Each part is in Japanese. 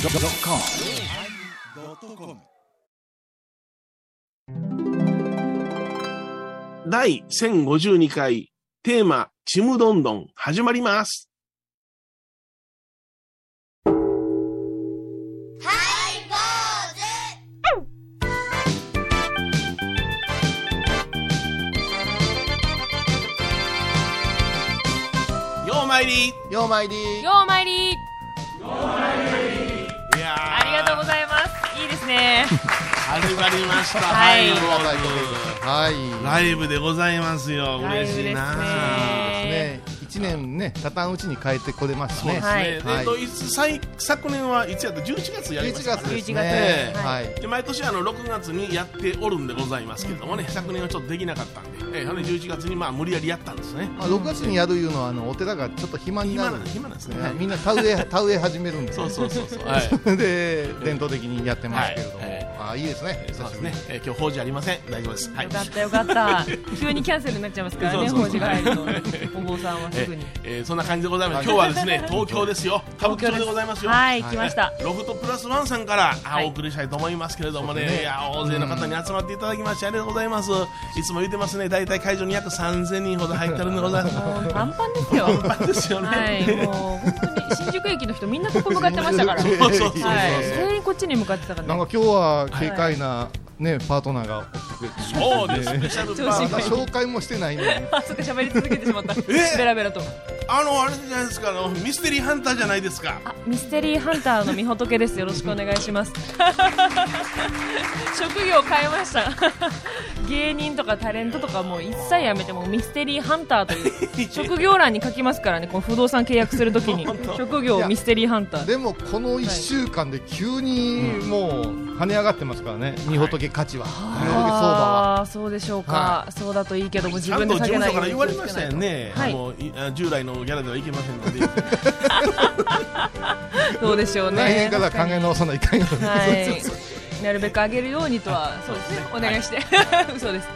yosmir 第1052回テーマ「ちむどんどん」始まります。ようまいりようまいりーようまいりいやありがとうございますいいですね始まりました。はいライブありがたいことではいライブでございますよ。ライ嬉ブですねしいな。ね一年ねたたんうちに帰ってこれましたねはいねはいえっといつ最昨年はいつやった11月やりま11した月ですね11月はい、で毎年あの6月にやっておるんでございますけれどもね、昨年はちょっとできなかったんで、えー、なので11月にまあ無理やりやったんですね。まあ、6月にやるいうのはあのお寺がちょっと暇にな暇るなんんですね暇なんですね。はいみんな田植 え田植え始めるんでそうそうそうそう。 はい。 で伝統的にやってますけれども、はいああいいですねえーそうですね。えー今日法事ありません。大丈夫です。はいよ。かったよかった急にキャンセルになっちゃいますからねそうそう法事が入るとお坊さんはすぐにえーえーそんな感じでございます。今日はですね、東京ですよ。歌舞伎町でございますよ。はい来ましたロフトプラスワンさんから、あはいお送りしたいと思いますけれどもねそうですねいや大勢の方に集まっていただきましてありがとうございますいつも言ってますね大体会場に約3000人ほど入ってるんでございまもうパンパンですすでよすよね、はいもう本当に新宿駅の人みんなここ向かってましたから そうそうそうそうはい全員こっちに向かってたからなんねか今日は軽快な、ね、パートナーがそうですスペシャルパ調ー子がいい紹介もしてないのにあそっか喋り続けてしまったベラベラとあのあれじゃないですかあのミステリーハンターじゃないですかあミステリーハンターのみほとけですよろしくお願いします職業変えました芸人とかタレントとかもう一切やめてもうミステリーハンターという職業欄に書きますからねこの不動産契約するときに職業ミステリーハンターでもこの1週間で急にもう跳ね上がってますからね、みほとけ価値は、みほとけ相場は。ああーそうでしょうか、そうだといいけどもち自ゃん分とで事下げ務ない所よかうらに言気をわつれけないまとしたよね、はいあのいあ従来のギャラではいけませんのでそうでしょうね来年から考え直さないかんように はいなるべく上げるようにとはそうですねお願いして 嘘です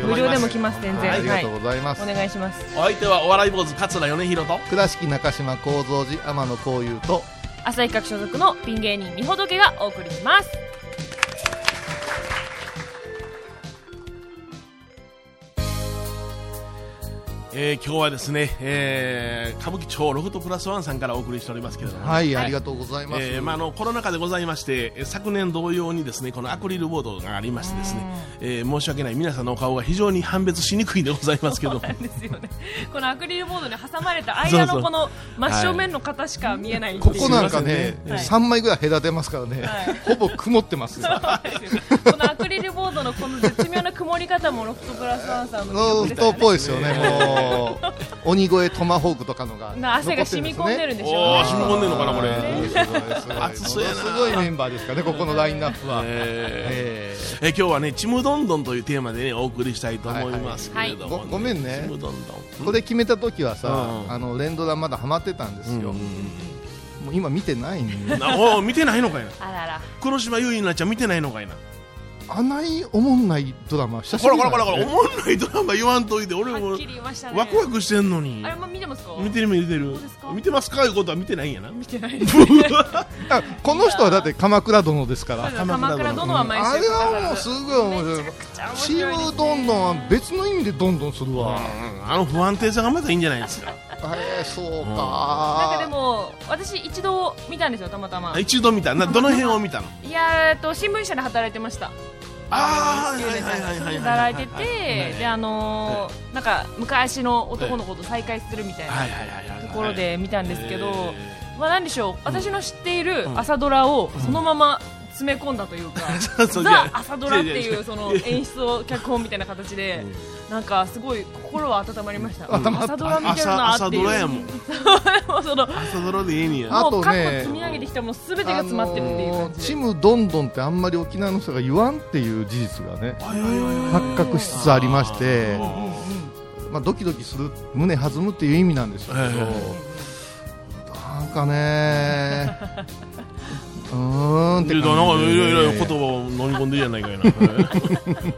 無料でも来ます全然ありがとうございます。お願いしますお相手はお笑い坊主桂米宏と倉敷中島幸三寺天野幸雄と朝日各所属のピン芸人みほどけがお送りしますえー今日はですね、えー歌舞伎町ロフトプラスワンさんからお送りしておりますけれども、はい、ありがとうございます。えーまあ、あのコロナ禍でございましてえー昨年同様にですねこのアクリルボードがありましてですね、えー申し訳ない皆さんのお顔が非常に判別しにくいでございますけどもなんですよねこのアクリルボードに挟まれた間そうそうのこの真正面の方しか見えないってこいうこなんかすいねま、せんねはい三枚ぐらい隔てますからね、はいほぼ曇ってます よ。そうですよこのアクリルボードのこの絶妙な曇り方もロフトプラスワンさんロのフ魅力トっですよぽいねですよね、もう鬼越トマホークとかのがな汗が染み込んでるんででしょうおおね染み込んでんのかなこれ、暑すそうごいやなすごいメンバーですからね、ここのラインナップは。えーえーえー今日はね「ちむどんどん」というテーマでねお送りしたいと思いますけれども、はいはいごごめんねちむどんどんこれ決めた時はさ、うんあの連ドラまだハマってたんですよ、もう今見てないんよなおー見てないのかいなあらら黒島結菜ちゃん見てないのかいな あないおもんないドラマ久しこぶらりこだらねこらこらおもんないドラマ言わんといて俺もはっきり言いましたねワクワクしてんのにあれも見てますか見てる見てるうですか見てますかいうことは見てないんやな見てないあこの人はだって鎌倉殿ですから鎌倉殿は毎週あれはもう必すずごい面白いめちゃくちゃ面チ白いですームねどんどんは別の意味でどんどんするわ、あの不安定さがまたいいんじゃないですかえー、そうかなんかでも私一度見たんですよたまたま一度見たなどの辺を見たのいやーえっと新聞社で働いてましたああはいはいはいはいはい働いててであのーなんか昔の男の子と再会するみたいはいなはいはいはいところで見たんですけど、えまあ何でしょう私の知っている朝ドラをそのまま詰め込んだというか、ー そうザ朝ドラって違う違いう違その演出を脚本みたいな形でなんかすごい心は温まりました、温まった朝ドラ見てる朝なって朝いドうラやもん その朝ドラでいいにやあとねもう過去積み上げてきたものすべてが詰まってるっていうあの感ーじチで、ームどんどんってあんまり沖縄の人が言わんっていう事実がねはいはいはいはい発覚しつつありましてあーまあ、ドキドキする胸弾むっていう意味なんですけど、え なんかねうーんっていやだからなん感かじでいろいろ言葉を飲み込んでるやないかいな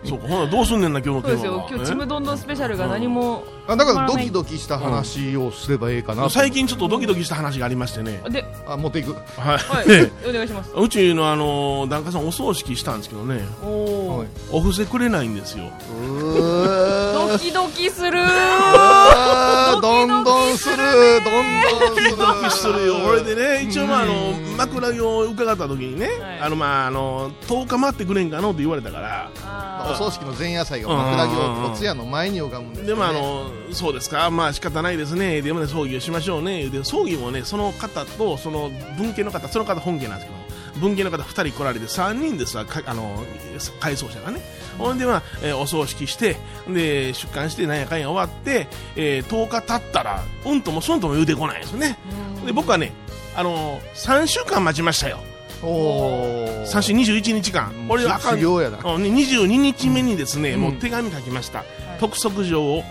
そうかほなどうすんねんな今日のそうテですーマよは今日ちむどんどんスペシャルが何もあだからドキドキした話をすればいいかな、え最近ちょっとドキドキした話がありましてねであ持っていくはい、はいねお願いしますうちのあの檀家さんお葬式したんですけどね おおーお布施くれないんですようードキドキするあーどんどんするどんどんするするよこれでね一応まああの枕木を伺った時にね、はいあのまああの10日待ってくれんかのって言われたからおあ葬式の前夜祭が枕木うんうんうんをお通夜の前に拝むんですでよもあねのそうですかまあ仕方ないですねでもね葬儀をしましょうねで葬儀もねその方とその文系の方その方本家なんですけど文系の方2人来られて3人ですわかあの回葬者がねほんでまあ、えーお葬式してで出棺してなんやかんや終わって、えー10日経ったらうんともそんとも言うてこないんですよねで僕はねあの3週間待ちましたよおー三週21日間うん俺はあかん修行やなあね22日目にですね、うんもう手紙書きました、い督促状を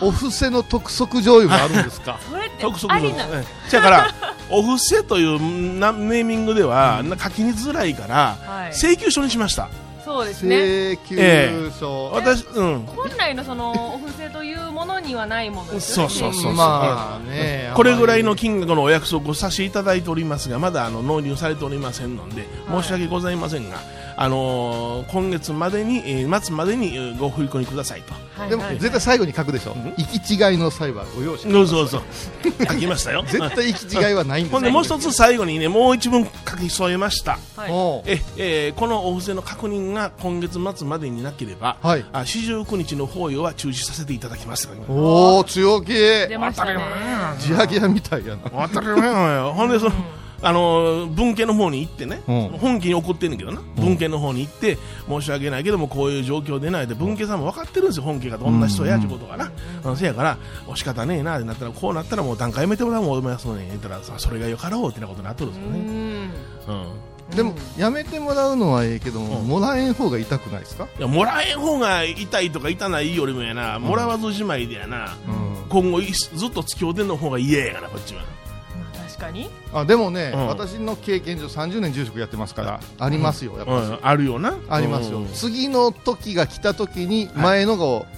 お布施の督促醤油があるんですかそれって督促あ状りなのうんだから お布施というなネーミングでは、な書きにづらいから、はい請求書にしましたそうです ね請求書、私うん本来のそのお布施というものにはないものですそようねそうそうまあねこれぐらいの金額のお約束をさせていただいておりますがまだあの納入されておりませんのではい申し訳ございませんが、あのー今月までに、えー末までにえーご振り込みくださいと。はいでもはい絶対最後に書くでしょ、行き違いの際はご容赦そうそうそう 書きましたよ絶対行き違いはないんですほんでもう一つ最後にねもう一文書き添えましたはいおーえ、えーこのお布施の確認が今月末までになければ、はいあ四十九日の法要は中止させていただきますおー強気出ましたね地上げ屋みたいやな当たり前やよほんでその、あのー文献の方に行ってね、うん本家に送ってんねんけどな、文献の方に行って申し訳ないけどもこういう状況でないで文献さんも分かってるんですよ本家がどんな人やってことがな、うんせやからお仕方ねえなってなったらこうなったらもう段階やめてもらうもん思いますのね言ったらさそれがよかろうってなことになっとるんですようね、んうんでもやめてもらうのはええけども、うんもらえん方が痛くないですか、いやもらえん方が痛いとか痛ないよりもやな、もらわずじまいでやな、うん今後いずっと付き合うてんの方が嫌やからこっちは確かにあでもね、うん私の経験上30年住職やってますからありますよやっぱうり、んあるよなありますよ、うん次の時が来た時に前のがお,、お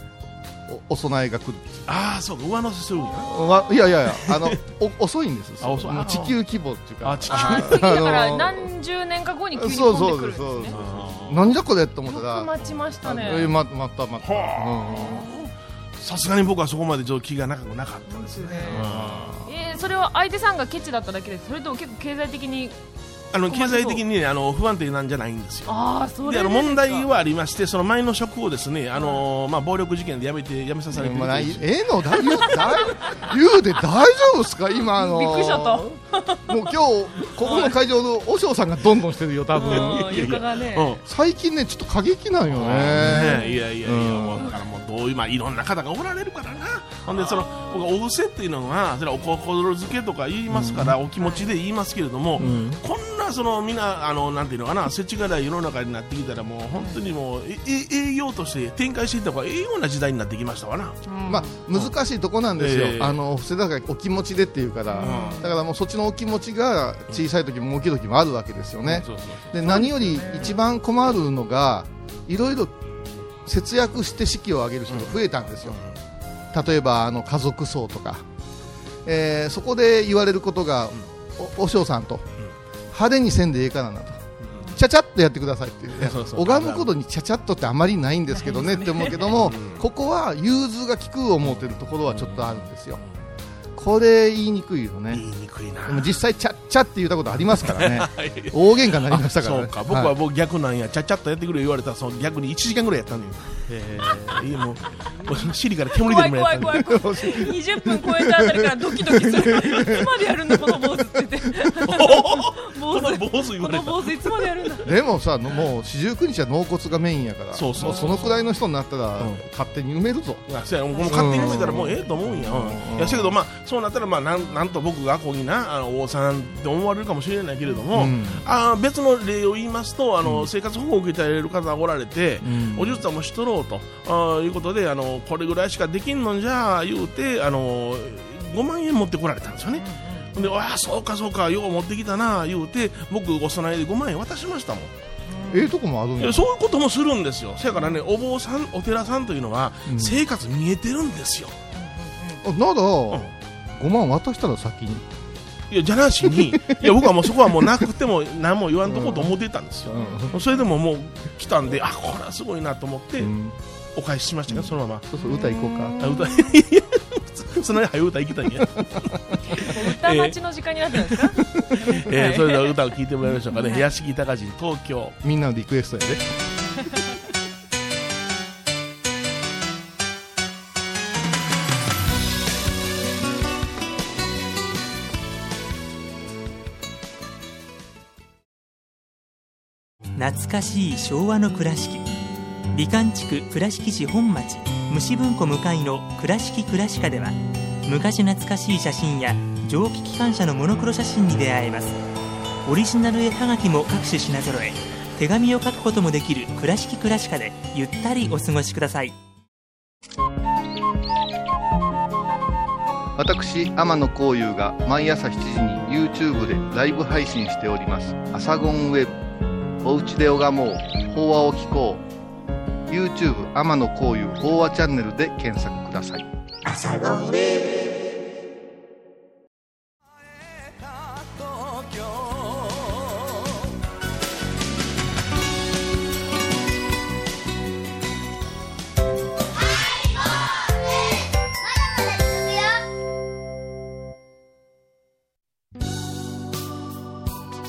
お供えが来るああそうか上乗せするんやなわいやいやいやあのお 遅いんですあ遅いもう地球規模っていうかあ地球あー次だかあらのー何十年か後に急にそう飛そんでくうるんそうですねあ何じゃこれと思よったらく待ちましたあえねままたまた、はー さすがに僕はそこまでちょっと気がなくなかったですねえーそれは相手さんがケチだっただけですそれとも結構経済的にあの経済的にねあの不安定なんじゃないんですよああそれでであでのすか問題はありましてその前の職をですねあのーまあ暴力事件で辞めて辞めさせらうれんてまるあとないいうええの大丈夫大言うで大丈夫ですか今あのびっくりしちゃったもう今日ここの会場の和尚さんがどんどんしてるよ多うん分床がねうん最近ねちょっと過激なんよねえねいやいやいや、うんもうだからもうどういうまあいろんな方がおられるからなほんでその僕お布施っていうのはそれはお心づけとか言いますから、お気持ちで言いますけれども、んこんなそのみんなあのなんていうのかな世知辛い世の中になってきたらもう本当にもう、ええ営業として展開していった方がええような時代になってきましたわな、うんまあ難しいとこなんですよ、ええあのそれだからお気持ちでっていうから、うんだからもうそっちのお気持ちが小さい時も大きい時もあるわけですよね、そうそうで何より一番困るのがいろいろ節約して式を上げる人が増えたんですよ、例えばあの家族葬とか、えーそこで言われることが、おお嬢さんと、派手にせんでええからなと、ちゃちゃっとやってくださいって、 ねそうそう拝むことにちゃちゃっとってあまりないんですけどねって思うけども、ここは融通が利く思ってるところはちょっとあるんですよ、これ言いにくいよ言ね、いにくいなでも実際、ちゃっちゃって言ったことありますから ね、大喧嘩になりましたか らそうね。か僕は僕逆なんや、ちゃちゃっとやってくれ言われたらその逆に1時間ぐらいやったんだよ、えー、いやもうもう尻から煙出怖るいぐら怖いやったいんで怖い怖い20分超えたあたりからドキドキするいつまでやるんだこの坊主って言ってこ坊主の坊主言こわれのた坊主いつまでやるんだでもさのもう四十九日は納骨がメインやからそうそうもそのくらいの人になったら、うん勝手に埋めるぞいやそうやもう勝手に見たらもうええと思うんや、うんいやせやけど、まあ、そうなったら、まあ、なんなんと僕がアコギなあの王さんって思われるかもしれないけれども、うんあー別の例を言いますとあの、生活保護を受けてられる方がおられて、んおじゅさんもしとろうとあーいうことであのこれぐらいしかできんのんじゃ言うてあの5万円持ってこられたんですよね。で、ああ、そうかそうか、よう持ってきたな、言うて、僕、お供えで5万円渡しましたもん。ええとこもあるんいだやそういうこともするんですよ。せやからね、お坊さん、お寺さんというのは、うん生活見えてるんですよ。あなら、ん5万渡したら先に、いや、じゃなし に、いや、僕はもうそこはもうなくても何も言わんとこうと思ってたんですよ。それでももう来たんで、あ、これはすごいなと思って、うんお返ししましたね、そのまま。そうそう歌行こうかあ、歌、いやそんなに早い歌 いきたいん や。歌待ちの時間になってるんですか、えーそれでは歌を聴いてもらいましょうかね。屋敷隆東京。みんなのリクエストやで懐かしい昭和の倉敷美観地区倉敷市本町虫文庫向かいの「倉敷倉歯科」では昔懐かしい写真や蒸気機関車のモノクロ写真に出会えますオリジナル絵はがきも各種品揃え手紙を書くこともできる「倉敷倉歯科」でゆったりお過ごしください私天野幸雄が毎朝7時に YouTube でライブ配信しております「アサゴンウェブ」「おうちで拝もう法話を聞こう」YouTube 天野幸雄法話チャンネルで検索ください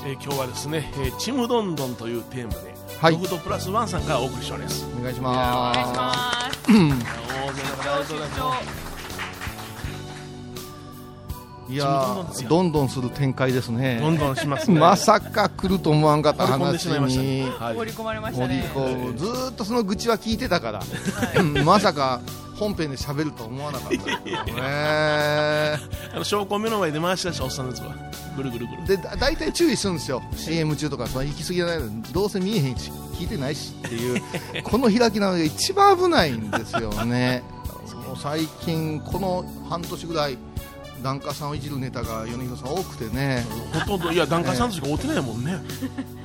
えー今日はですね、えーちむどんどんというテーマで、はいロフトプラスワンさんからお送りしております。お願いしおま願いします大勢の方ありがとうございますすいやーどんどんする展開ですねどんどんしますね。まさか来ると思わんかった盛り込んで話しまいましたねに。はい盛り込まれました盛りね込むずーっとその愚痴は聞いてたから、まさか本編で喋ると思わなかったですけど ねあの証拠を目の前で回し出したおっさんですわ。ぐるぐるぐる。でだ大体注意するんですよ CM 中とかその行き過ぎじゃないのどうせ見えへんし聞いてないしっていうこの開きなのが一番危ないんですよ ねもう最近この半年ぐらい檀家さんをいじるネタが米広さん多くてねほとんど、いや、檀家さんとしか追ってないもんね。ね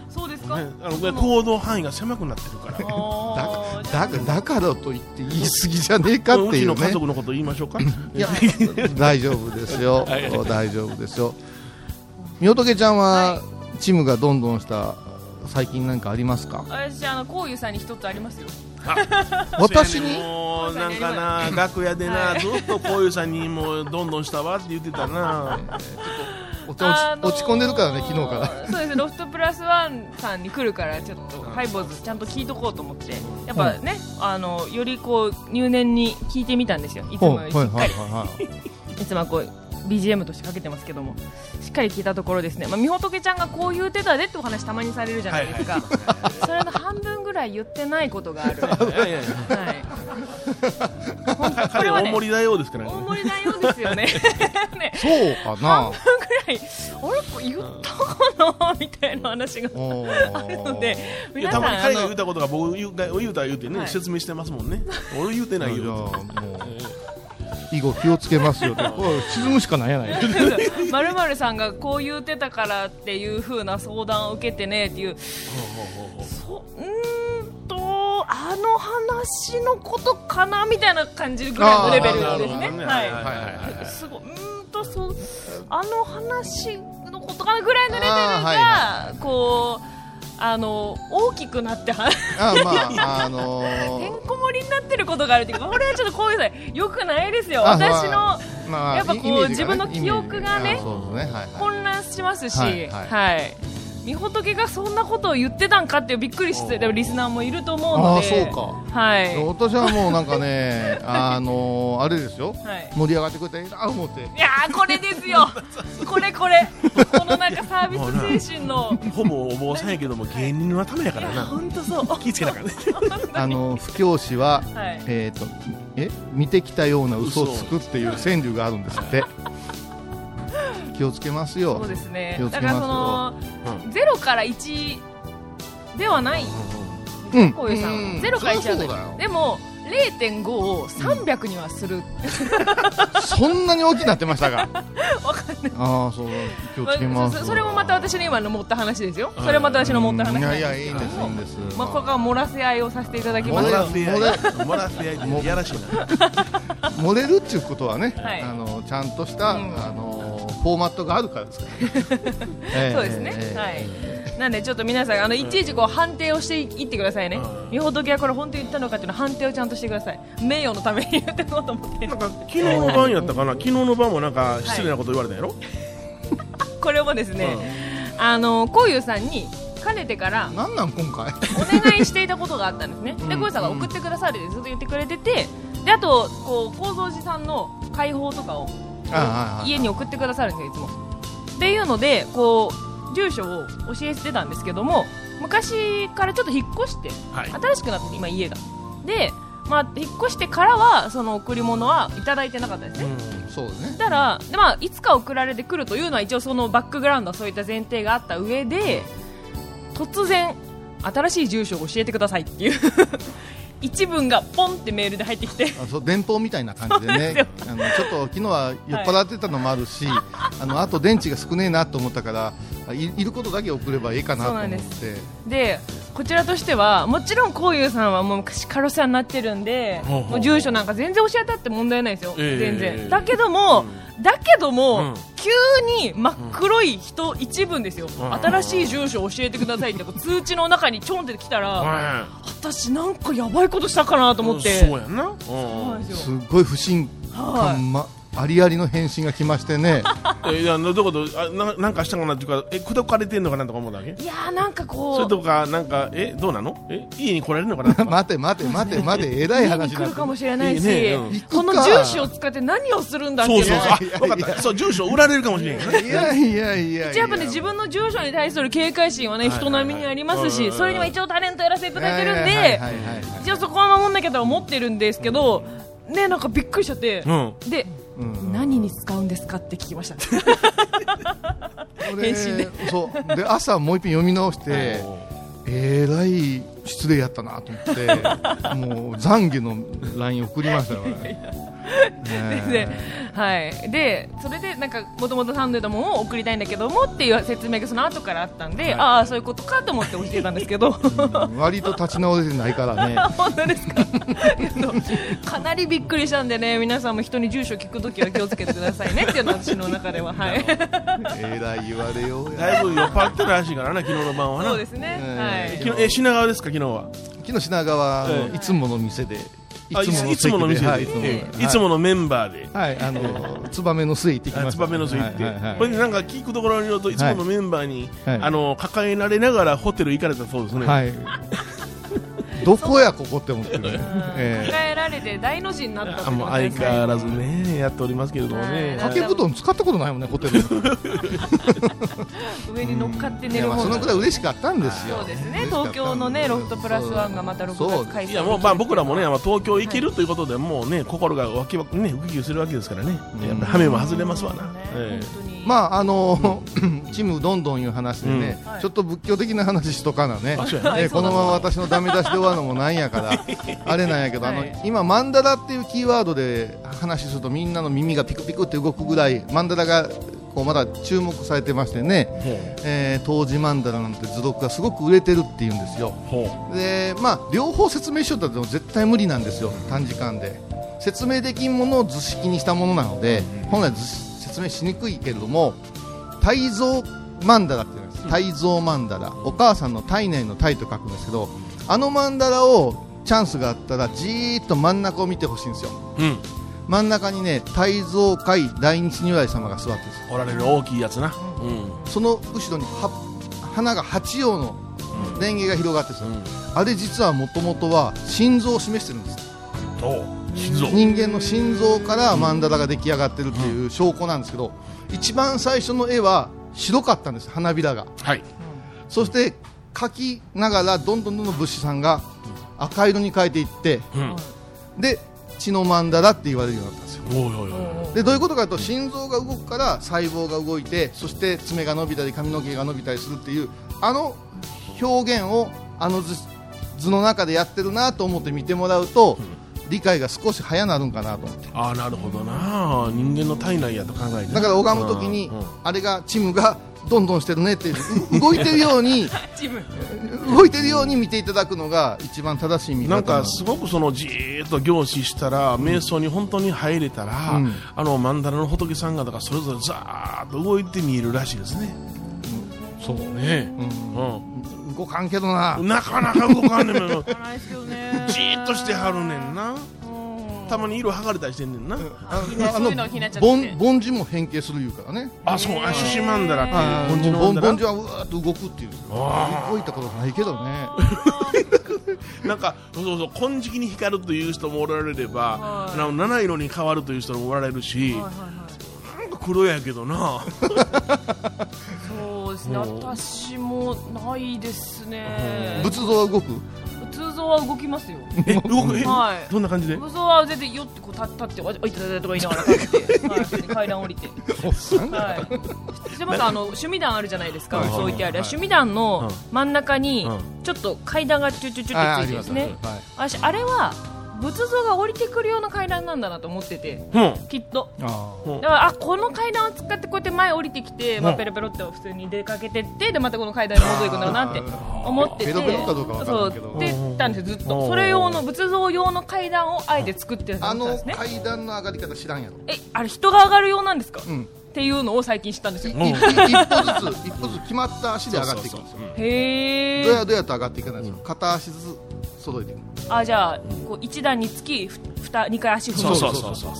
そうですあか、の行動範囲が狭くなってるから。あーじゃだだからといって言い過ぎじゃねえかっ うていちのうね家族のこと言いましょうか。いや大丈夫ですよ はい大丈夫ですよみおとけちゃんは、チームがどんどんした最近なんかありま すかあ私あのこういうさんに一つありますよそ私うやねにもうなんかな楽屋でなはいずっとこういうさんにもうどんどんしたわって言ってたな お茶落ち,、落ち込んでるからね昨日から らそうですねロフトプラスワンさんに来るからちょっとハイボーズちゃんと聞いとこうと思ってやっぱね、あのよりこう入念に聞いてみたんですよいつもよりしっかり、はいはいいつもはこう BGM としてかけてますけどもしっかり聞いたところですね、まあ、みほとけちゃんがこう言ってたでってお話たまにされるじゃないですか、それの半分ぐらい言ってないことがある、はいやいやいやい、こ彼れはは大ね盛り大王ですからね大盛りだようですよね ねそうか な半分ぐらいあれこれ言ったかなみたいな話がおある のーでいや皆さたんまに彼があ言うのたことが僕言うが言うたら言うてね、はい説明してますもんね俺言うてないじゃあよもう以後気をつけますよっておい沈むしかないやない まるまるさんがこう言ってたからっていう風な相談を受けてねっていうそううーんとあの話のことかなみたいな感じぐらいのレベルですねあーなるほどねははいいはいはいはいすごいうーんとそうあの話のことかなぐらいのレベルが、あーはいはこうあの大きくなって はあまああのてんーこ盛りになってることがあるっていうかこれはちょっとこういうのよくないですよあ私まのまあやっぱこうイメージ自分の記憶がねイメージあそうですねはいはい混乱しますし、ははいい、はいみほとけがそんなことを言ってたんかっていうびっくりしてるリスナーもいると思うあのあで、そうかはい、私はもうなんか ねあのーあれですよ、はい盛り上がってくれたらいいな思っていやーこれです よ、これこれ、このなんかサービス精 神の、ほぼお坊さんやけども芸人のためやからな本当そう、気ぃつけなあ かんねあの不教師は、はいえっ、とえ見てきたような嘘をつくっていう川柳があるんです って気をつけますよそうですね気を、つけだまかすらよその、ゼロから一ではない、うんこういうさうんん、ゼロから一じゃなそりゃそうだよい、でも0.5を300にはする、そんなに大きくなってましたが わかんないああそう気をつけますそそれもまた私の今の持った話ですよそれもまた私の持った話いなんやいですやけいいどんですいいんですまあ、ここは漏らせ合いをさせていただきま漏しらたせ合い漏らせ合いっていやらしいな漏れるっていうことはね、はいあのちゃんとした、うんあのフォーマットがあるからですから、ええ そうですね、ええはいなんでちょっと皆さんあのいちいちこう判定をしていってくださいねうんみほとけはこれ本当に言ったのかっていうの判定をちゃんとしてください名誉のために言ってこうと思ってなんか昨日の晩やったかな昨日の晩もなんか失礼なこと言われたんやろ、これもですね、あのこういうさんにかねてからなんなん今 回お願いしていたことがあったんですねうんでこういうさんが送ってくださるってずっと言ってくれててであとこう構造寺さんの解放とかをああああ家に送ってくださるんですよ、いつも。っていうので、こう住所を教えてたんですけども、昔からちょっと引っ越して、はい新しくなって、今、家が。で、まあ、引っ越してからは、その贈り物はいただいてなかったですね。そうですねしたらで、まあ、いつか送られてくるというのは一応そのバックグラウンドはそういった前提があった上で突然、新しい住所を教えてくださいっていう 一文がポンってメールで入ってきてあそう電報みたいな感じで ねあのちょっと昨日は酔っ払ってたのもあるし、あのあと電池が少ねえなと思ったからあいいることだけ送ればいいかなと思ってそうなんでこちらとしてはもちろんこういうさんはもう昔からお世話になってるんでほうほうほうもう住所なんか全然教えたって問題ないですよ、ええ全然だけども、だけども、うん急に真っ黒い人一文ですよ、ん新しい住所を教えてくださいってこう通知の中にちょんってきたら、私なんかやばいことしたかなと思って、そうやんな、うんそうなんですすよっごい不信は感、まありありの返信が来ましてねえいやどういうことあななんかしたかなっていうかえ口説かれてんのかなとか思うだけい、いやーなんかこうそれとかなんかえどうなのえ家に来られるのかな とか 待て待て待て待 てえらい家に話来だるかもしれないしいいねうん行くかこの住所を使って何をするんだっていそううのそうそうはあ分かったそう住所売られるかもしれんけどねいやいやいやいや一応やっぱね自分の住所に対する警戒心はねはい人並みにありますはいしはいそれには一応タレントやらせていただいてるんはいはでいはいはい一応そこは守んなきゃとは思ってるんですけどねなんかびっくりしちゃってうんでうん何に使うんですかって聞きました俺返信でそうで朝もう一遍読み直してえらい失礼やったなと 思ってもう懺悔の LINE 送りましたよ俺ね ではいでそれでなんかもともとサンドゥダモンを送りたいんだけどもっていう説明がその後からあったんでああそういうことかと思って教えたんです けど 割と立ち直れてないからね本当ですかけどかなりびっくりしたんでね皆さんも人に住所聞くときは気をつけてくださいねっていうのは私の中でははいえらい言われようやだいぶ酔っ払ってるらしいからな昨日の晩はなそうですね。うんはい。昨日え品川ですか昨日は昨日品川えのえいつもの店でいあいつもの店で、はいいいつもえのえはいいつものメンバーではいあのツバメの巣へ行ってきましたツバメの巣行って、はいはいはいこれでなんか聞くところによるといつものメンバーに、はいあの抱えられながらホテル行かれたそうですね、 はい、どこやここって思ってるね、え考えられて大の字になったってあこともうですね相変わらずねやっておりますけれどもね、はい掛け布団使ったことないもんねホテルの、上に乗っかってい寝やるまあ方そのがくらい嬉しかったんですよそうです嬉ねしかったんで東す京のねロフトプラスワンがまた6そう月開催いやもうまあ僕らもね、まあ、東京行けるということで、もうね心がわきわきねウキウキするわけですからね、うんやっぱハメも外れますわな、ええまあまああの チームどんどんいう話でね、うんはいちょっと仏教的な話しとかなねあそうや、ねえーこのまま私のダメ出しで終わるのもなんやから あれなんやけど、はあいの今マンダラっていうキーワードで話するとみんなの耳がピクピクって動くぐらいマンダラがこうまだ注目されてましてね、ほえー、当時マンダラなんて図録がすごく売れてるっていうんですようほでまあ両方説明しようとって絶対無理なんですよ短時間で説明できんものを図式にしたものなので本来図説明しにくいけれども泰造曼荼羅って言うんです泰造曼荼羅お母さんの体内の体と書くんですけどあの曼荼羅をチャンスがあったらじーっと真ん中を見てほしいんですよううん真ん中にね泰造会大日如来様が座ってるんですよおられる大きいやつなうんその後ろには花が八葉のうん蓮華が広がってるんですようんあれ実はもともとは心臓を示してるんですおう心臓人間の心臓から曼荼羅が出来上がってるっていう証拠なんですけど一番最初の絵は白かったんです花びらがはいそして描きながらどんどんどんどん仏師さんが赤色に変えていってうんで血の曼荼羅って言われるようになったんですよおいおいおいでどういうことかというと心臓が動くから細胞が動いてそして爪が伸びたり髪の毛が伸びたりするっていうあの表現をあの図図の中でやってるなと思って見てもらうと、理解が少し早なるんかなと思ってああなるほどな人間の体内やと考えてなだから拝むときにうんうんあれがチームがどんどんしてるねっていう動いてるようにチーム動いてるように見ていただくのが一番正しい見方なんかすごくそのじーっと凝視したら、瞑想に本当に入れたら、うんあの曼荼羅の仏さんがとかそれぞれざーっと動いて見えるらしいですね、そうね、うん動かんけどななかなか動かんねんのじないですよねーっとしてはるねんなたまに色剥がれたりしてんねんな、あひなそういうのひなちゃんぼんって凡人も変形するいうからねあそうあシュシマンダラっていうあー梵字のぼ曼ん凡荼人はうわーっと動くっていうあ動いたことないけどね羅なんかそうそうそう金色に光るという人もおられれば、はいあの七色に変わるという人もおられるし、はいはいはいなんか黒やけど なそうですねもう私もないですね仏像は動く仏像は動きますよえ動くえ、はいどんな感じで仏像は全然よってこう立立って「おいおいたたた」とか言いながら立って、はい普通に階段降りておっさんがはい知ってますあの趣味団あるじゃないですかはいそう置いてあるはい趣味団うんの真ん中にうちょっと階段がチュチュチュあっーてあついてりるんまですすねねはい私あれは仏像が降りてくるような階段なんだなと思っててうんきっとあーうんだからあこの階段を使ってこうやって前降りてきて、まうあ、んペロペロって普通に出かけてってでまたこの階段に戻っていくんだろうなって思っててペロペロかどうかわからんけどそうでたんですよずっうんとそれ用の仏像用の階段をあえて作ってたあんでのすね階段の上がり方知らんやろえあれ人が上がる用なんですか、うんっていうのを最近知ったんですいよい一歩ずつ一歩ずつ決まった足で上がっていくんですよへどえやどやと上がっていかないんですよ片足ずつ揃えていくあじゃあこう一段につきふふた二回足踏むそうそうそうそうそう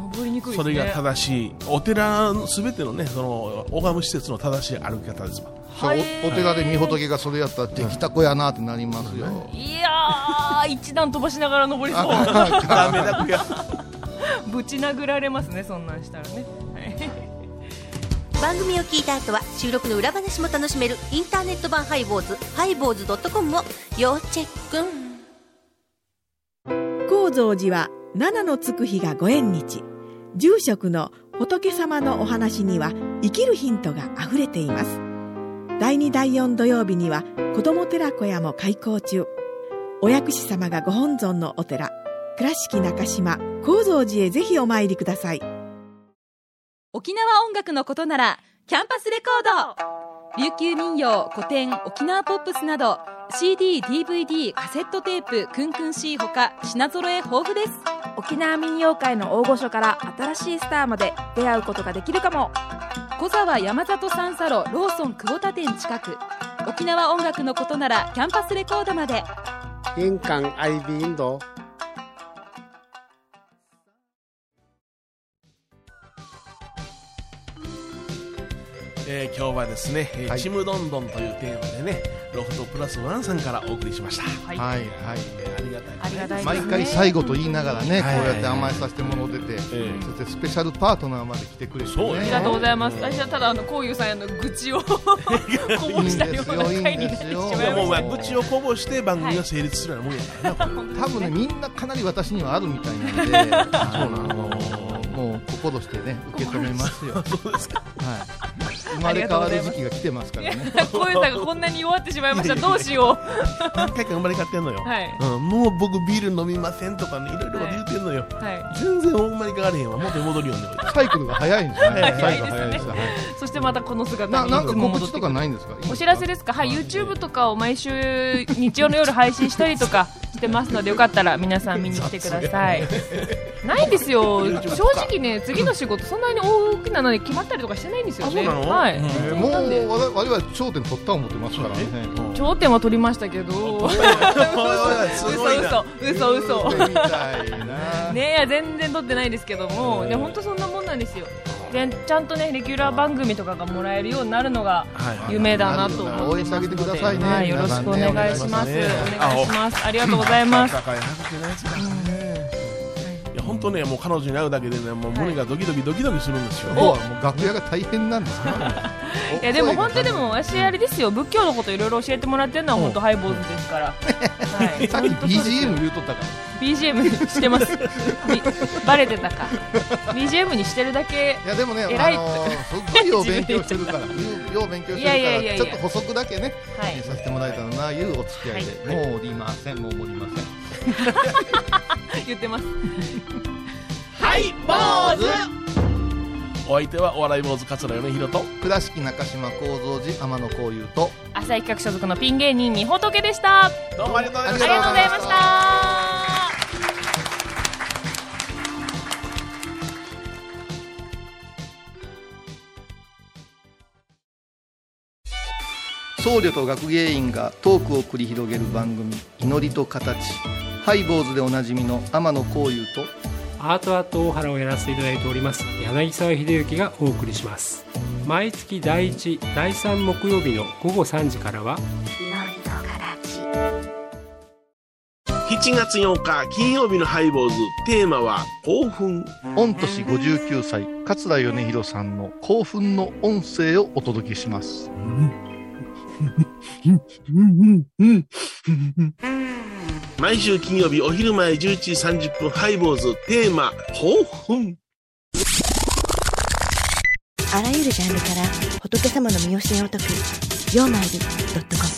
登りにくいでそすれねが正しいお寺すべてのねその拝む施設の正しい歩き方ですわそうはいおお寺で見仏がそれやったらできた子やなってなりますよいやー一段飛ばしながら登りそう ダメだこやぶち殴られますねそんなんしたらねはい番組を聞いた後は収録の裏話も楽しめるインターネット版ハイボーズハイボーズドットコムを要チェック高蔵寺は七のつく日がご縁日住職の仏様のお話には生きるヒントがあふれています第2第4土曜日には子ども寺小屋も開校中お薬師様がご本尊のお寺倉敷中島・高蔵寺へぜひお参りください沖縄音楽のことならキャンパスレコード琉球民謡古典沖縄ポップスなど CDDVD カセットテープクンクン C ほか品揃え豊富です沖縄民謡界の大御所から新しいスターまで出会うことができるかも小沢山里三佐路ローソン久保田店近く沖縄音楽のことならキャンパスレコードまで玄関アイビーインドえー今日はですね、えーはいちむどんどんというテーマでねロフトプラスワンさんからお送りしました、はいはいはいえーありがたいありがたいです毎ね回最後と言いながらねこはいうやって甘えさせてもろててそええしてスペシャルパートナーまで来てくれてそうよありがとうごねざいます。私はただあのこういうさんへの愚痴を こぼしたような回になってしまいまいやもう、ました。あ、愚痴をこぼして番組が成立するようなもんやからな、多分ねみんなかなり私にはあるみたい なんであのもう心してね受け止めますよそうですかはい、生まれ変わる時期が来てますからね。こういうさんがこんなに弱ってしまいました。どうしよう。何回か生まれ変わってんのよ、はいうん、もう僕ビール飲みませんとかねいろいろ言ってんのよ、は全然生まれ変われへんわ元に戻りよんでもサイクルが早いんですね。早サイいクルですね早いです。はいい。そしてまたこの姿なになんかいつも告戻っ知てとくかるないんですか。お知らせですか。はい、YouTube とかを毎週日曜の夜配信したりとか してますのでよかったら皆さん見に来てください。ないんですよ。正直ね、次の仕事そんなに大きなのに決まったりとかしてないんですよね。あそうなのはういん。えーもうわれ我々頂点取った思ってますからね。頂点は取りましたけど。す嘘ごいな嘘嘘嘘嘘。みたいな。ねいや全然撮ってないですけども、ね本当そんなもんなんですよ。でちゃんとねレギュラー番組とかがもらえるようになるのがはいはい夢だなと思ってますので応援してあげてくださいねはい、よろ皆しさんくねお願いお願いしします。おますね願いします。ありがとうござ います。高い話じゃないですからねいや本当ねもう彼女に会うだけでねもう胸がドキドキドキドキするんですよ、もうもう楽屋が大変なんですから。 いやでも本当でも私あれですよ仏教のこといろいろ教えてもらってるのは本当ハイボーズですから。はい。 さっき本当そうですよ BGM 言うとったから。 BGM してます。 びバレてたか。BGM にしてるだけ。いやでもね、あ偉いのーすっごいよう勉強してる から、よう勉強してるからいやいやいやいやちょっと補足だけね、はいえーさせてもらえたらないうお付き合いで、もうおりません、もうおりません。言ってますはい坊主お相手はお笑い坊主桂米宏と倉敷中島幸三寺天野幸雄と朝日企画所属のピン芸人みほとけでしたあどうもありがとうございましりがたとうございました僧侶と学芸員がトークを繰り広げる番組「祈りと形」ハイ坊主でおなじみの天野幸雄とアートアート大原をやらせていただいております柳沢秀幸がお送りします毎月第1第3木曜日の午後3時からは7月8日金曜日のハイボーズテーマは興奮御年59歳桂米宏さんの興奮の音声をお届けします毎週金曜日お昼前11時30分ハイボーズテーマ興奮あらゆるジャンルから仏様の身教えを解く「曜マイルドットコム」